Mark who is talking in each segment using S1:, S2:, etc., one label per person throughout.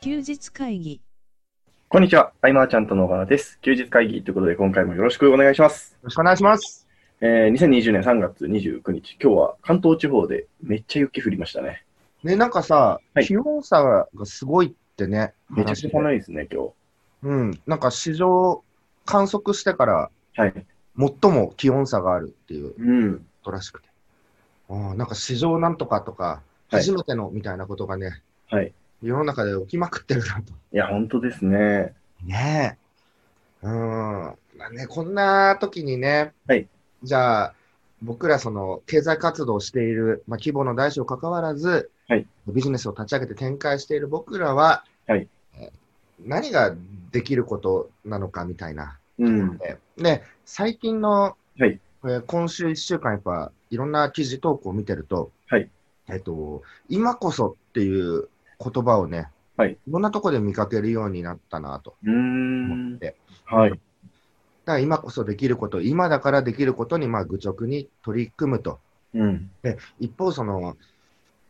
S1: 休日会議
S2: こんにちは、アイマーちゃんと野川です。休日会議ということで、今回もよろしくお願いします。
S3: ろしくお願いします。
S2: えー、2020年3月29日、今日は関東地方でめっちゃ雪降りましたね。
S3: ね、なんかさ、
S2: はい
S3: 気温差がすごいってね。
S2: めちゃくちゃ
S3: い。
S2: 寒いですね、今
S3: うん。なんか史上観測してから
S2: 日。はい。
S3: 最も気温差があるっていうこ
S2: うん。
S3: とらしくて。ああ、なんか史上なんとかとか、
S2: はい
S3: 初めてのみたいなことがね、
S2: はい。
S3: 世の中で起きまくってるなと。
S2: いや、本当ですね。
S3: ねえ。うん。まあね、こんな時にね、
S2: はい。
S3: じゃあ、僕らその経済活動をしている、まあ、規模の大小関わらず、
S2: はい。
S3: ビジネスを立ち上げて展開している僕らは、
S2: はい
S3: えー。何ができることなのかみたいな。
S2: うん。
S3: で、で最近の、
S2: はい
S3: えー今週1週間やっぱいろんな記事投稿を見てると、
S2: はい
S3: えっと、今こそっていう言葉をね、
S2: はい
S3: ろんなとこで見かけるようになったなと
S2: うー
S3: 思っ
S2: ん。
S3: て、
S2: はい。
S3: だから今こそできること、今だからできることにまあ愚直に取り組むと。
S2: うん。
S3: 一方、その、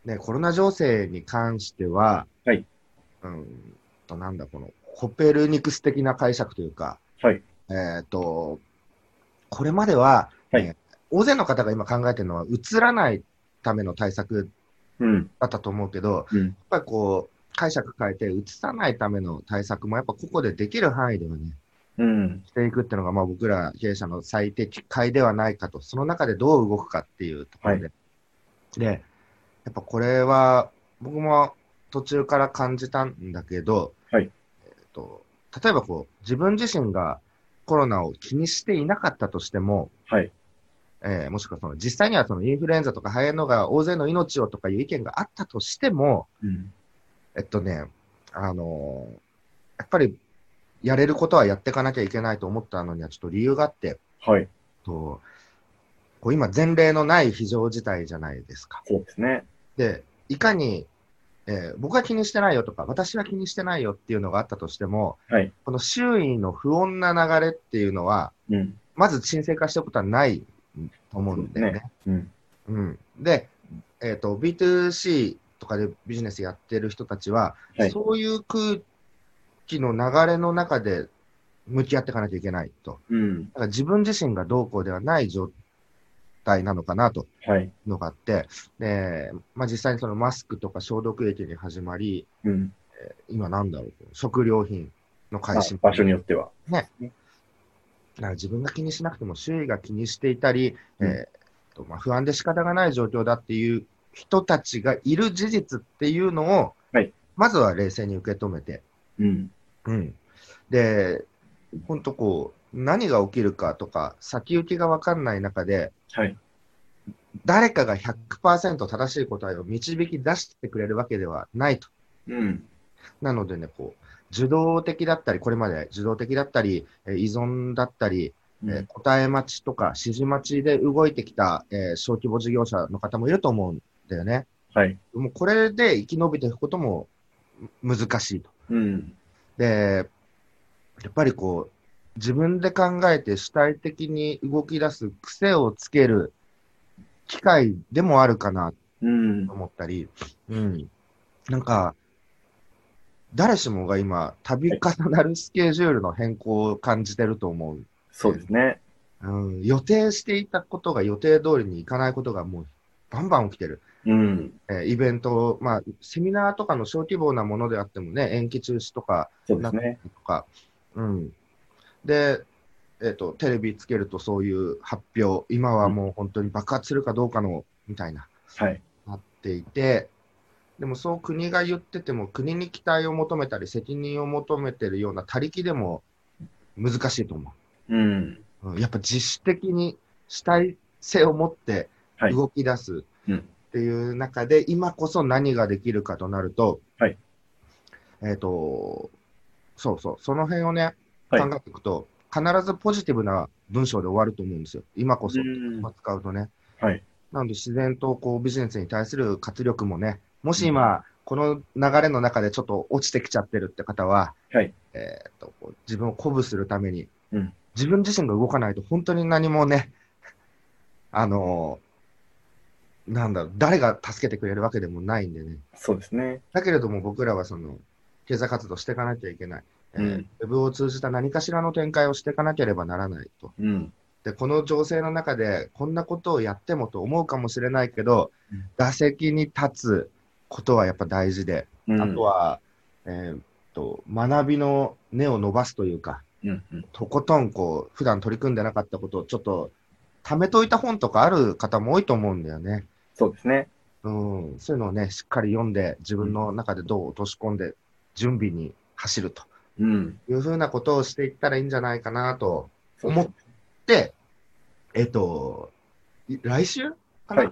S3: ね、コロナ情勢に関しては、
S2: はい。
S3: うんと、なんだ、この、コペルニクス的な解釈というか、
S2: はい。
S3: えっ、と、これまでは、
S2: はい
S3: えー大勢の方が今考えてるのは、うつらないための対策
S2: うん。
S3: だったと思うけど、
S2: うん
S3: やっぱりこう、解釈変えて、うつさないための対策も、やっぱここでできる範囲ではね、
S2: うん。
S3: していくっていうのが、まあ、僕ら経営者の最適解ではないかと、その中でどう動くかっていうところで、で、やっぱこれは僕も途中から感じたんだけど、
S2: はい
S3: えっと例えばこう自分自身がコロナを気にしていなかったとしても、
S2: はい
S3: えーもしくはその実際にはそのインフルエンザとか肺炎のが大勢の命をとかいう意見があったとしても、
S2: うん。
S3: えっとね、あのーやっぱりやれることはやっていかなきゃいけないと思ったのにはちょっと理由があって、
S2: はい。
S3: とこう今、前例のない非常事態じゃないですか。
S2: そうですね。
S3: で、いかに、えー僕は気にしてないよとか、私は気にしてないよっていうのがあったとしても、
S2: はい
S3: この周囲の不穏な流れっていうのは、
S2: うん。
S3: まず沈静化しておくことはないと思うんだよね。
S2: うん。
S3: うん、で、えっと、B2C とかでビジネスやってる人たちは、
S2: はい
S3: そういう空気の流れの中で向き合っていかなきゃいけないと。
S2: うん。
S3: だから自分自身がどうこうではない状態なのかなとい
S2: はい。
S3: うのがあって、でまあ、実際にそのマスクとか消毒液に始まり、
S2: うん。
S3: 今なんだろう、食料品
S2: まあ
S3: の買い占め
S2: 場所によっては。
S3: だから自分が気にしなくても周囲が気にしていたり、えーとまあ、不安で仕方がない状況だっていう人たちがいる事実っていうのを、
S2: はい
S3: まずは冷静に受け止めて、
S2: うん。
S3: うん、で、本当こう、何が起きるかとか、先行きが分かんない中で、
S2: はい。
S3: 誰かが100%正しい答えを導き出してくれるわけではないと。
S2: うん。
S3: なのでね、こう、受動的だったり、これまで受動的だったり、えー依存だったり、
S2: う
S3: えー
S2: ん
S3: 答え待ちとか指示待ちで動いてきた、えー小規模事業者の方もいると思うんだよね。
S2: はい。
S3: もうこれで生き延びていくこともむ難しいと。
S2: うん。
S3: で、やっぱりこう、自分で考えて主体的に動き出す癖をつける機会でもあるかな
S2: うん
S3: と。思ったり、うん。なんか、誰しもが今、度重なるスケジュールの変更を感じてると思う
S2: そうですね。
S3: うん、予定していたことが予定通りにいかないことがもうバンバン起きてる。
S2: うん。
S3: えーイベント、まあ、セミナーとかの小規模なものであってもね、延期中止とか、
S2: そうですね。
S3: とか、うん。で、えっ、と、テレビつけるとそういう発表、今はもう本当に爆発するかどうかの、みたいな、
S2: はい。
S3: なっていて、でもそう国が言ってても、国に期待を求めたり、責任を求めてるような他力でも難しいと思
S2: う
S3: う。
S2: ん。
S3: うんやっぱ自主的に主体性を持って
S2: はい
S3: 動き出す
S2: うん
S3: っていう中で、今こそ何ができるかとなると、
S2: はい
S3: えっ、と、そうそう、その辺をね、
S2: はい
S3: 考えていくと、必ずポジティブな文章で終わると思うんですよ。今こそ、
S2: うん
S3: まあ使うとね。
S2: はい
S3: なので自然とこうビジネスに対する活力もね、もし今、この流れの中でちょっと落ちてきちゃってるって方は、
S2: はい
S3: えーっとこう自分を鼓舞するために、
S2: うん
S3: 自分自身が動かないと本当に何もね、あのーなんだろう、誰が助けてくれるわけでもないんでね。
S2: そうですね。
S3: だけれども僕らはその、経済活動していかなきゃいけない。え
S2: う
S3: ー
S2: ん
S3: ウェブを通じた何かしらの展開をしていかなければならないと。
S2: うん。
S3: で、この情勢の中で、こんなことをやってもと思うかもしれないけど、
S2: うん
S3: 打席に立つことはやっぱ大事で、
S2: うん
S3: あと、は、えーっと、学びの根を伸ばすというか、
S2: うんうん。
S3: とことんこう、普段取り組んでなかったことをちょっと、貯めといた本とかある方も多いと思うんだよね。
S2: そうですね。
S3: うん、そういうのをね、しっかり読んで、自分の中でどう落とし込んで、準備に走ると
S2: うん。
S3: いうふうなことをしていったらいいんじゃないかなと
S2: そう
S3: 思って、えっと、い来週かな、
S2: はい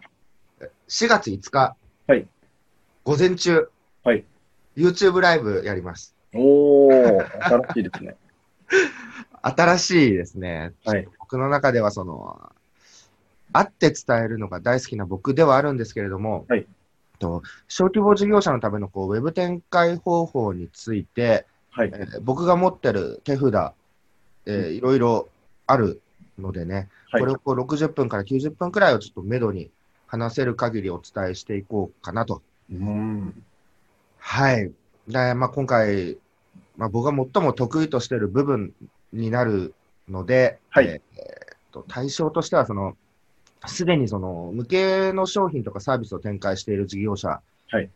S3: ?4 月5日、
S2: はい
S3: 午前中、
S2: はい、
S3: YouTube ライブやります。
S2: おー、新しいですね。
S3: 新しいですね。
S2: はい
S3: 僕の中では、その、会って伝えるのが大好きな僕ではあるんですけれども、
S2: はい
S3: と小規模事業者のためのこうウェブ展開方法について、
S2: はい
S3: え。ー僕が持ってる手札、えー
S2: う
S3: いろいろあるのでね、
S2: はい
S3: これをこう60分から90分くらいをちょっとめどに話せる限りお伝えしていこうかなと。
S2: うん。
S3: はい。で、まあ、今回、まあ、僕が最も得意としてる部分になるので、
S2: はい
S3: えーえーと対象としてはその、すでにその無形の商品とかサービスを展開している事業者
S2: はい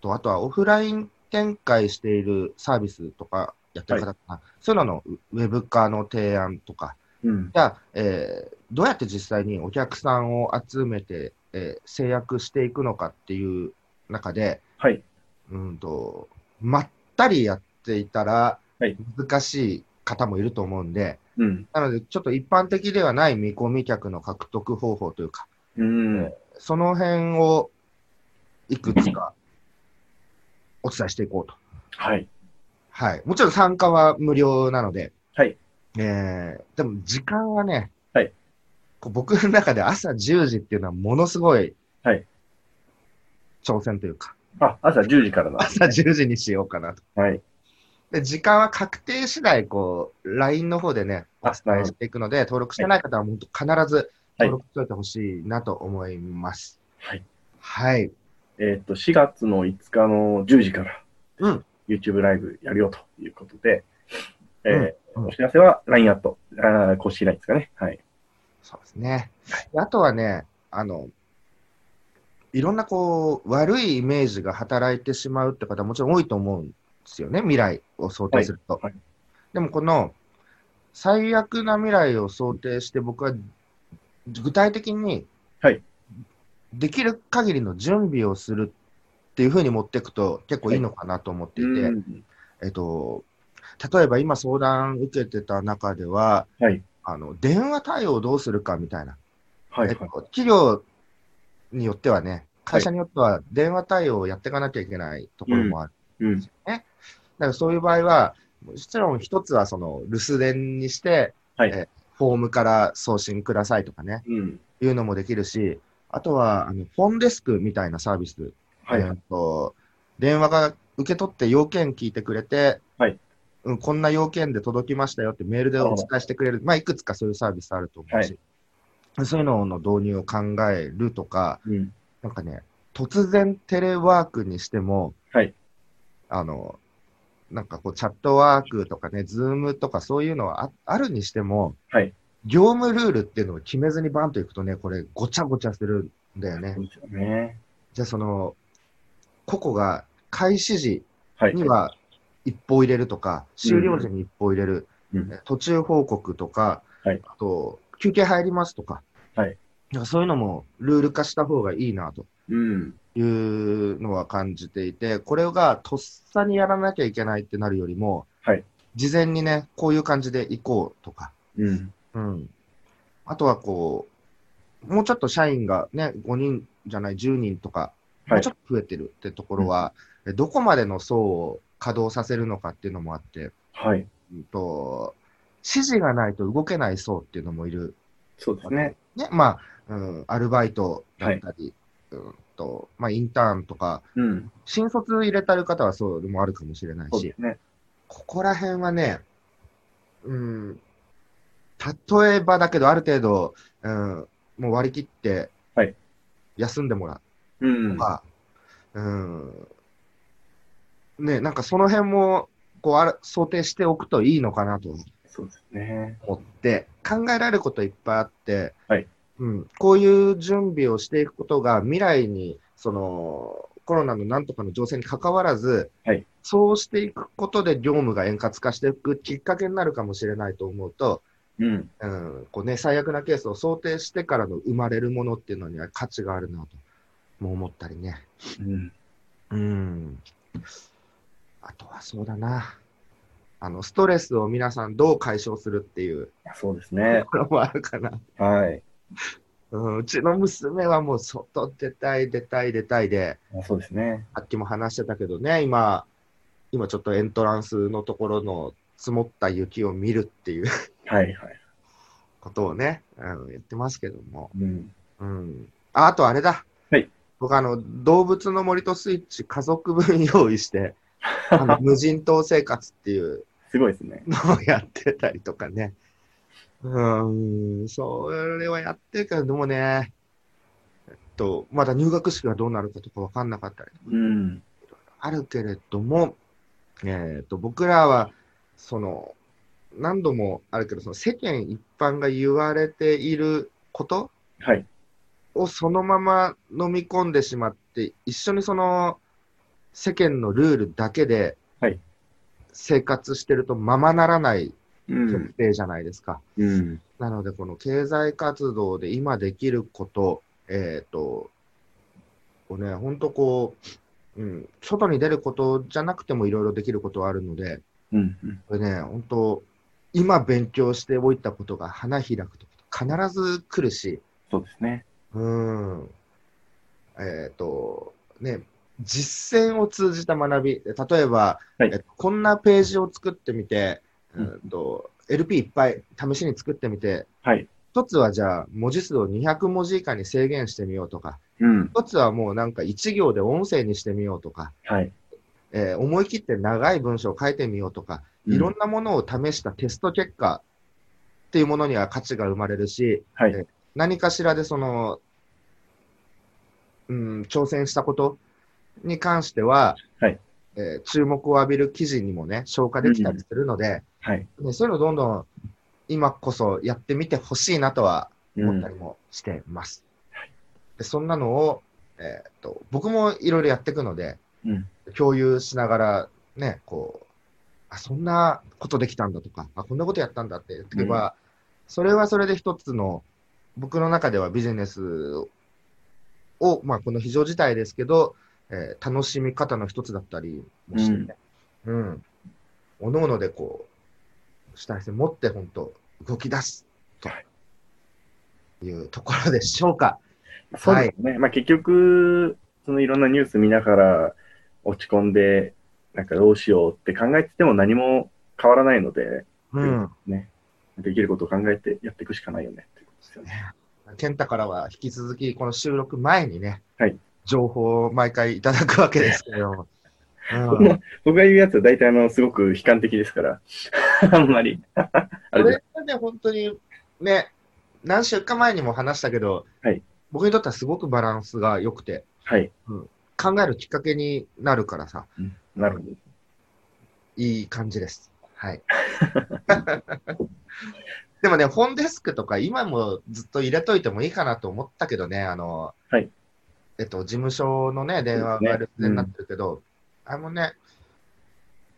S3: と、あとはオフライン展開しているサービスとかやってる方かな、そういうののウェブ化の提案とか、
S2: うん。
S3: じゃあ、えーどうやって実際にお客さんを集めて、えー制約していくのかっていう中で、
S2: はい。
S3: うんと、まったりやっていたら
S2: はい、
S3: 難しい方もいると思うんで、
S2: うん。
S3: なので、ちょっと一般的ではない見込み客の獲得方法というか、
S2: うん。
S3: その辺をいくつかお伝えしていこうと。
S2: はい。
S3: はい。もちろん参加は無料なので、
S2: はい。
S3: えー、でも時間はね、
S2: はい。
S3: こう僕の中で朝10時っていうのはものすごい、
S2: はい。
S3: 挑戦というか、
S2: あ、朝10時からだ。
S3: 朝10時にしようかなと。
S2: はい。
S3: で、時間は確定次第、こう、LINE の方でね、お
S2: あ
S3: 伝えしていくので、登録してない方は、本当必ず
S2: はい
S3: 登録しておいてほしいなと思います。
S2: はい。
S3: はい。
S2: えっと、4月の5日の10時から、
S3: うん。
S2: YouTube ライブやるよということで、えー
S3: うんうん
S2: お知らせは LINE アット、あー公式 LINE ですかね。はい。
S3: そうですね。であとはね、あの、いろんなこう、悪いイメージが働いてしまうって方もちろん多いと思うんですよね。未来を想定すると。
S2: はいはい
S3: でもこの、最悪な未来を想定して僕は具体的に、
S2: はい
S3: できる限りの準備をするっていうふうに持っていくと結構いいのかなと思っていて、
S2: うん
S3: えっと、例えば今相談受けてた中では、
S2: はい。
S3: あの、電話対応どうするかみたいな。
S2: はい。
S3: え
S2: は
S3: っ
S2: い
S3: と、企業によってはね、会社によっては電話対応をやっていかなきゃいけないところもある。
S2: うん。
S3: だからそういう場合は、もちろん一つはその留守電にして、
S2: はい
S3: えフォームから送信くださいとかね、
S2: うん。
S3: いうのもできるし、あとはあのフォンデスクみたいなサービス、
S2: はい
S3: え。っと電話が受け取って要件聞いてくれて、
S2: はい
S3: うん、こんな要件で届きましたよってメールでお伝えしてくれる、まあ、いくつかそういうサービスあると思うし、そういうのの導入を考えるとか、
S2: うん。
S3: なんかね、突然テレワークにしても、
S2: はい
S3: あの、なんかこう、チャットワークとかね、ズームとかそういうのはああるにしても、
S2: はい
S3: 業務ルールっていうのを決めずにバンといくとね、これ、ごちゃごちゃするんだよね
S2: そう。ですよね。
S3: じゃあ、その、個々が開始時
S2: はい。
S3: には一報入れるとか、終了時に一報入れる、
S2: うん
S3: 途中報告とか、
S2: はい
S3: あと、休憩入りますとか、
S2: はい
S3: なんかそういうのもルール化した方がいいなと。
S2: うん。
S3: いうのは感じていて、これがとっさにやらなきゃいけないってなるよりも、
S2: はい
S3: 事前にね、こういう感じで行こうとか、
S2: うん。
S3: うん、あとはこう、もうちょっと社員がね、5人じゃない、10人とか、
S2: は
S3: も
S2: いう
S3: ちょっと増えてるってところは、どこまでの層を稼働させるのかっていうのもあって、
S2: はい。
S3: うんと指示がないと動けない層っていうのもいる
S2: そうですね。
S3: ね、まあ、うん、アルバイトだったり、うんとまあ、インターンとか、
S2: うん。
S3: 新卒入れたる方はそうでもあるかもしれない
S2: そうで
S3: し、
S2: すね。
S3: ここら辺はね、うん、例えばだけど、ある程度、うん、もう割り切って
S2: はい、
S3: 休んでもらう
S2: うん
S3: と。か、うん、ね、なんかその辺も、こうあら、想定しておくといいのかなと
S2: そうですね。
S3: 思って、考えられることいっぱいあって、
S2: はい
S3: うん、こういう準備をしていくことが未来に、その、コロナのなんとかの情勢に関わらず、
S2: はい
S3: そうしていくことで業務が円滑化していくきっかけになるかもしれないと思うと、
S2: うん。
S3: うんこうね、最悪なケースを想定してからの生まれるものっていうのには価値があるなともう思ったりね。
S2: うん。
S3: うん。あとはそうだな。あの、ストレスを皆さんどう解消するっていう
S2: そうですね
S3: と。ころもあるかな。
S2: はい。
S3: うん、うちの娘はもう外出たい、出たい、出たいで、
S2: あそうですね。
S3: さっきも話してたけどね、今、今ちょっとエントランスのところの積もった雪を見るっていう
S2: はいはい。
S3: ことをね、あの言ってますけども。
S2: うん。
S3: うん。あ、あとあれだ。
S2: はい。
S3: 僕あの、動物の森とスイッチ家族分用意して、あの無人島生活っていう
S2: すごいですね。
S3: のをやってたりとかね。うん、それはやってるけど、でもね、えっと、まだ入学式がどうなるかとかわかんなかったり
S2: うん。
S3: あるけれども、えっと、僕らは、その、何度もあるけど、その世間一般が言われていること
S2: はい。
S3: をそのまま飲み込んでしまって、一緒にその世間のルールだけで
S2: はい
S3: 生活してるとままならない
S2: うん
S3: 設。定じゃないですか。
S2: うん。
S3: なので、この経済活動で今できること、えっ、と、こうね、本当こう、うん、外に出ることじゃなくてもいろいろできることはあるので、
S2: うん。
S3: これね、本当今勉強しておいたことが花開くと必ず来るし、
S2: そうですね。
S3: うーん。えっ、と、ね、実践を通じた学び。例えば、
S2: はい
S3: えっとこんなページを作ってみて、う
S2: うん
S3: んと、LP いっぱい試しに作ってみて、
S2: はい。
S3: 一つはじゃあ文字数を200文字以下に制限してみようとか、
S2: うん。
S3: 一つはもうなんか1行で音声にしてみようとか、
S2: はい。
S3: えー思い切って長い文章を書いてみようとか、
S2: うん
S3: いろんなものを試したテスト結果っていうものには価値が生まれるし、
S2: はい。
S3: 何かしらでその、うん、挑戦したことに関しては、
S2: はい
S3: えー注目を浴びる記事にもね、消化できたりするので、
S2: はい。
S3: ね、そういうのをどんどん今こそやってみてほしいなとは
S2: う
S3: 思った
S2: ん。
S3: りもしてます。でそんなのを、えーっと僕もいろいろやっていくので、
S2: うん
S3: 共有しながらね、こう、あ、そんなことできたんだとか、あ、こんなことやったんだって言ってけば、それはそれで一つの、僕の中ではビジネスを、まあ、この非常事態ですけど、えー楽しみ方の一つだったりもしてね、うん。おのおのでこう、主体性持って本当動き出すというところでしょうか。
S2: そうですね。まあ結局、そのいろんなニュース見ながら落ち込んで、なんかどうしようって考えてても何も変わらないので、
S3: うん。
S2: ね。できることを考えてやっていくしかないよねっていうことですよね。
S3: 健太からは引き続き、この収録前にね、
S2: はい
S3: 情報を毎回いただくわけですけ ど、
S2: 僕
S3: うん、
S2: も僕が言うやつは大体あの、すごく悲観的ですから、 あんまり。 あ
S3: こ
S2: れで
S3: れはね、本当にね、何週間前にも話したけど、
S2: はい
S3: 僕にとってはすごくバランスが良くて、
S2: はい。
S3: 考えるきっかけになるからさ、
S2: なるほど。
S3: いい感じです。 はい。でもね、本デスクとか今もずっと入れといてもいいかなと思ったけどね、あの、
S2: はい
S3: えっと、事務所のね、電話が留守電になってるけど、あのね、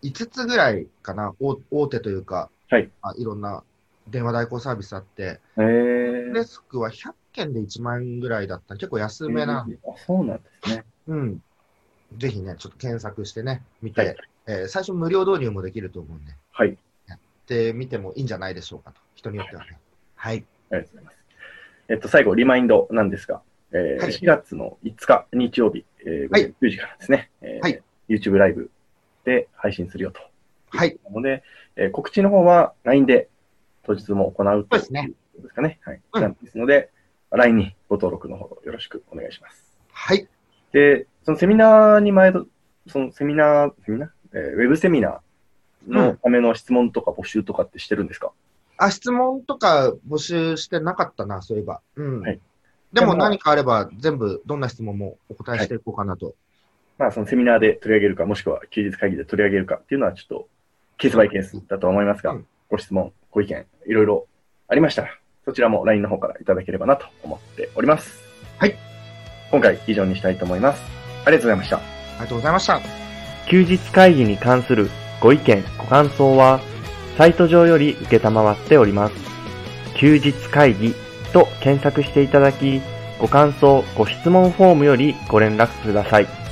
S3: 5つぐらいかな、大大手というか、
S2: はい
S3: あ、いろんな電話代行サービスあって、
S2: えー。
S3: デスクは100件で1万円ぐらいだった。結構安めな、
S2: あそうなんですね。
S3: うん。ぜひね、ちょっと検索してね、見て、
S2: はい
S3: えー最初無料導入もできると思うんで、
S2: はい。
S3: ってみてもいいんじゃないでしょうかと、人によってはね。はい。
S2: ありがとうございます。えっと、最後、リマインドなんですが、えー
S3: はい
S2: 4月の5日、日曜日、えー、
S3: はい
S2: 午前10時からですね、えー
S3: はい
S2: YouTube ライブで配信するよと。
S3: はい。
S2: なので、えー告知の方は LINE で当日も行うと
S3: そう
S2: い
S3: ですね
S2: うことですかね。はい。
S3: うん
S2: なんですので、LINE にご登録の方よろしくお願いします。
S3: はい。
S2: で、そのセミナーに前と、そのセミナー、セミナー、えーウェブセミナー
S3: う
S2: の
S3: ん
S2: ための質問とか募集とかってしてるんですか、
S3: あ、質問とか募集してなかったな、そういえば。うん。
S2: はい
S3: でも
S2: でも
S3: 何かあれば、全部、どんな質問もお答えしていこうかなと
S2: まあ、そのセミナーで取り上げるか、もしくは休日会議で取り上げるかっていうのは、ちょっとケースバイケースだと思いますが、
S3: うん
S2: ご質問、ご意見、いろいろありましたら、そちらも LINE の方からいただければなと思っております。
S3: はい。
S2: 今回以上にしたいと思います。ありがとうございました。
S3: ありがとうございました。
S1: 休日会議に関するご意見、ご感想は、サイト上より受けたまわっております。休日会議と検索していただき、ご感想、ご質問フォームよりご連絡ください。